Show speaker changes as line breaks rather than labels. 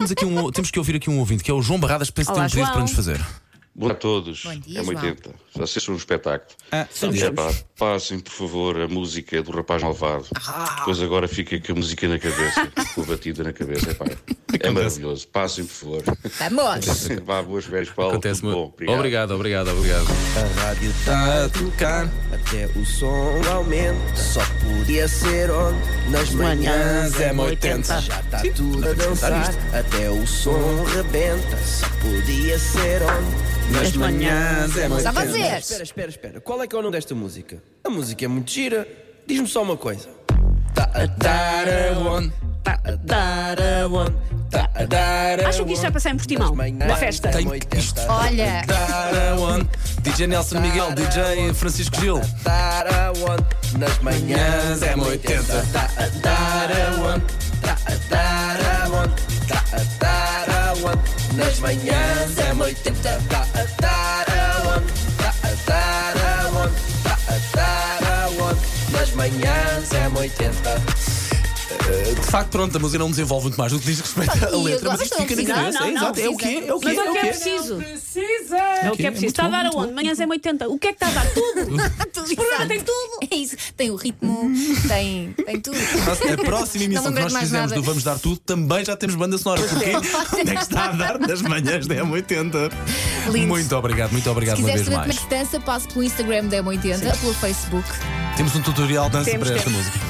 Temos, aqui um- temos que ouvir aqui um ouvinte, que é o João Barradas, que penso que tem
Olá,
um pedido
João.
para nos fazer.
Bom dia a todos.
Bom dia,
é uma
João.
80. Vocês são um espetáculo.
somos.
É pá, passem, por favor, a música do Rapaz Malvado.
Ah.
Depois agora fica com a música na cabeça, com a batida na cabeça. É, pá, é maravilhoso. Passem, por favor.
Vamos!
Vá, boas férias, Paulo.
Acontece
Tudo
muito.
Oh, bom.
Obrigado, obrigado, obrigado.
A rádio tá a tocar, até o som aumenta. Só podia ser onde? Nas manhãs é 80. Já tá tudo a dançar, até o som rebenta. Só podia ser onde? Nas manhãs é 80.
a fazer.
Espera, espera, espera. Qual é que é o nome desta música? A música é muito gira. Diz-me só uma coisa. Tá a dar a on, tá a dar a on, tá a dar a
Acham que isto vai passar em Portimão, na festa?
Tem
isto.
Olha,
Tarawan. DJ Nelson Miguel, DJ Francisco Gil.
Dar a one nas manhãs é 80. Tá a dar a one, tá a dar a one, tá a dar a one nas manhãs é 80. Tá a dar a one, tá a dar a one, tá a dar a one nas manhãs é 80.
De facto, pronto, a música não desenvolve muito mais do que diz respeito à
E
letra,
agora
mas isto
estão a
fica na
precisar?
cabeça.
Não,
é
não,
exato, é o quê?
precisa.
É o quê? É o
Mas o que é
quê?
preciso? É o que é preciso. Está a dar aonde? Manhãs é 80. O que é que está a dar? Tudo!
tudo
O programa
exato.
tem tudo!
É isso, tem o ritmo, tem, tem tudo.
A próxima
Não
emissão que
lembro de
nós
mais
fizemos
nada.
do Vamos Dar Tudo também já temos banda sonora. Porquê? Onde é que está a dar nas manhãs da M80?
Lindo.
Muito obrigado, muito
Se
obrigado uma
quiseres
vez
saber como é
mais.
é que se dança, passe pelo Instagram da M80, pelo Facebook.
Temos um tutorial de dança
Temos,
para esta
temos.
música.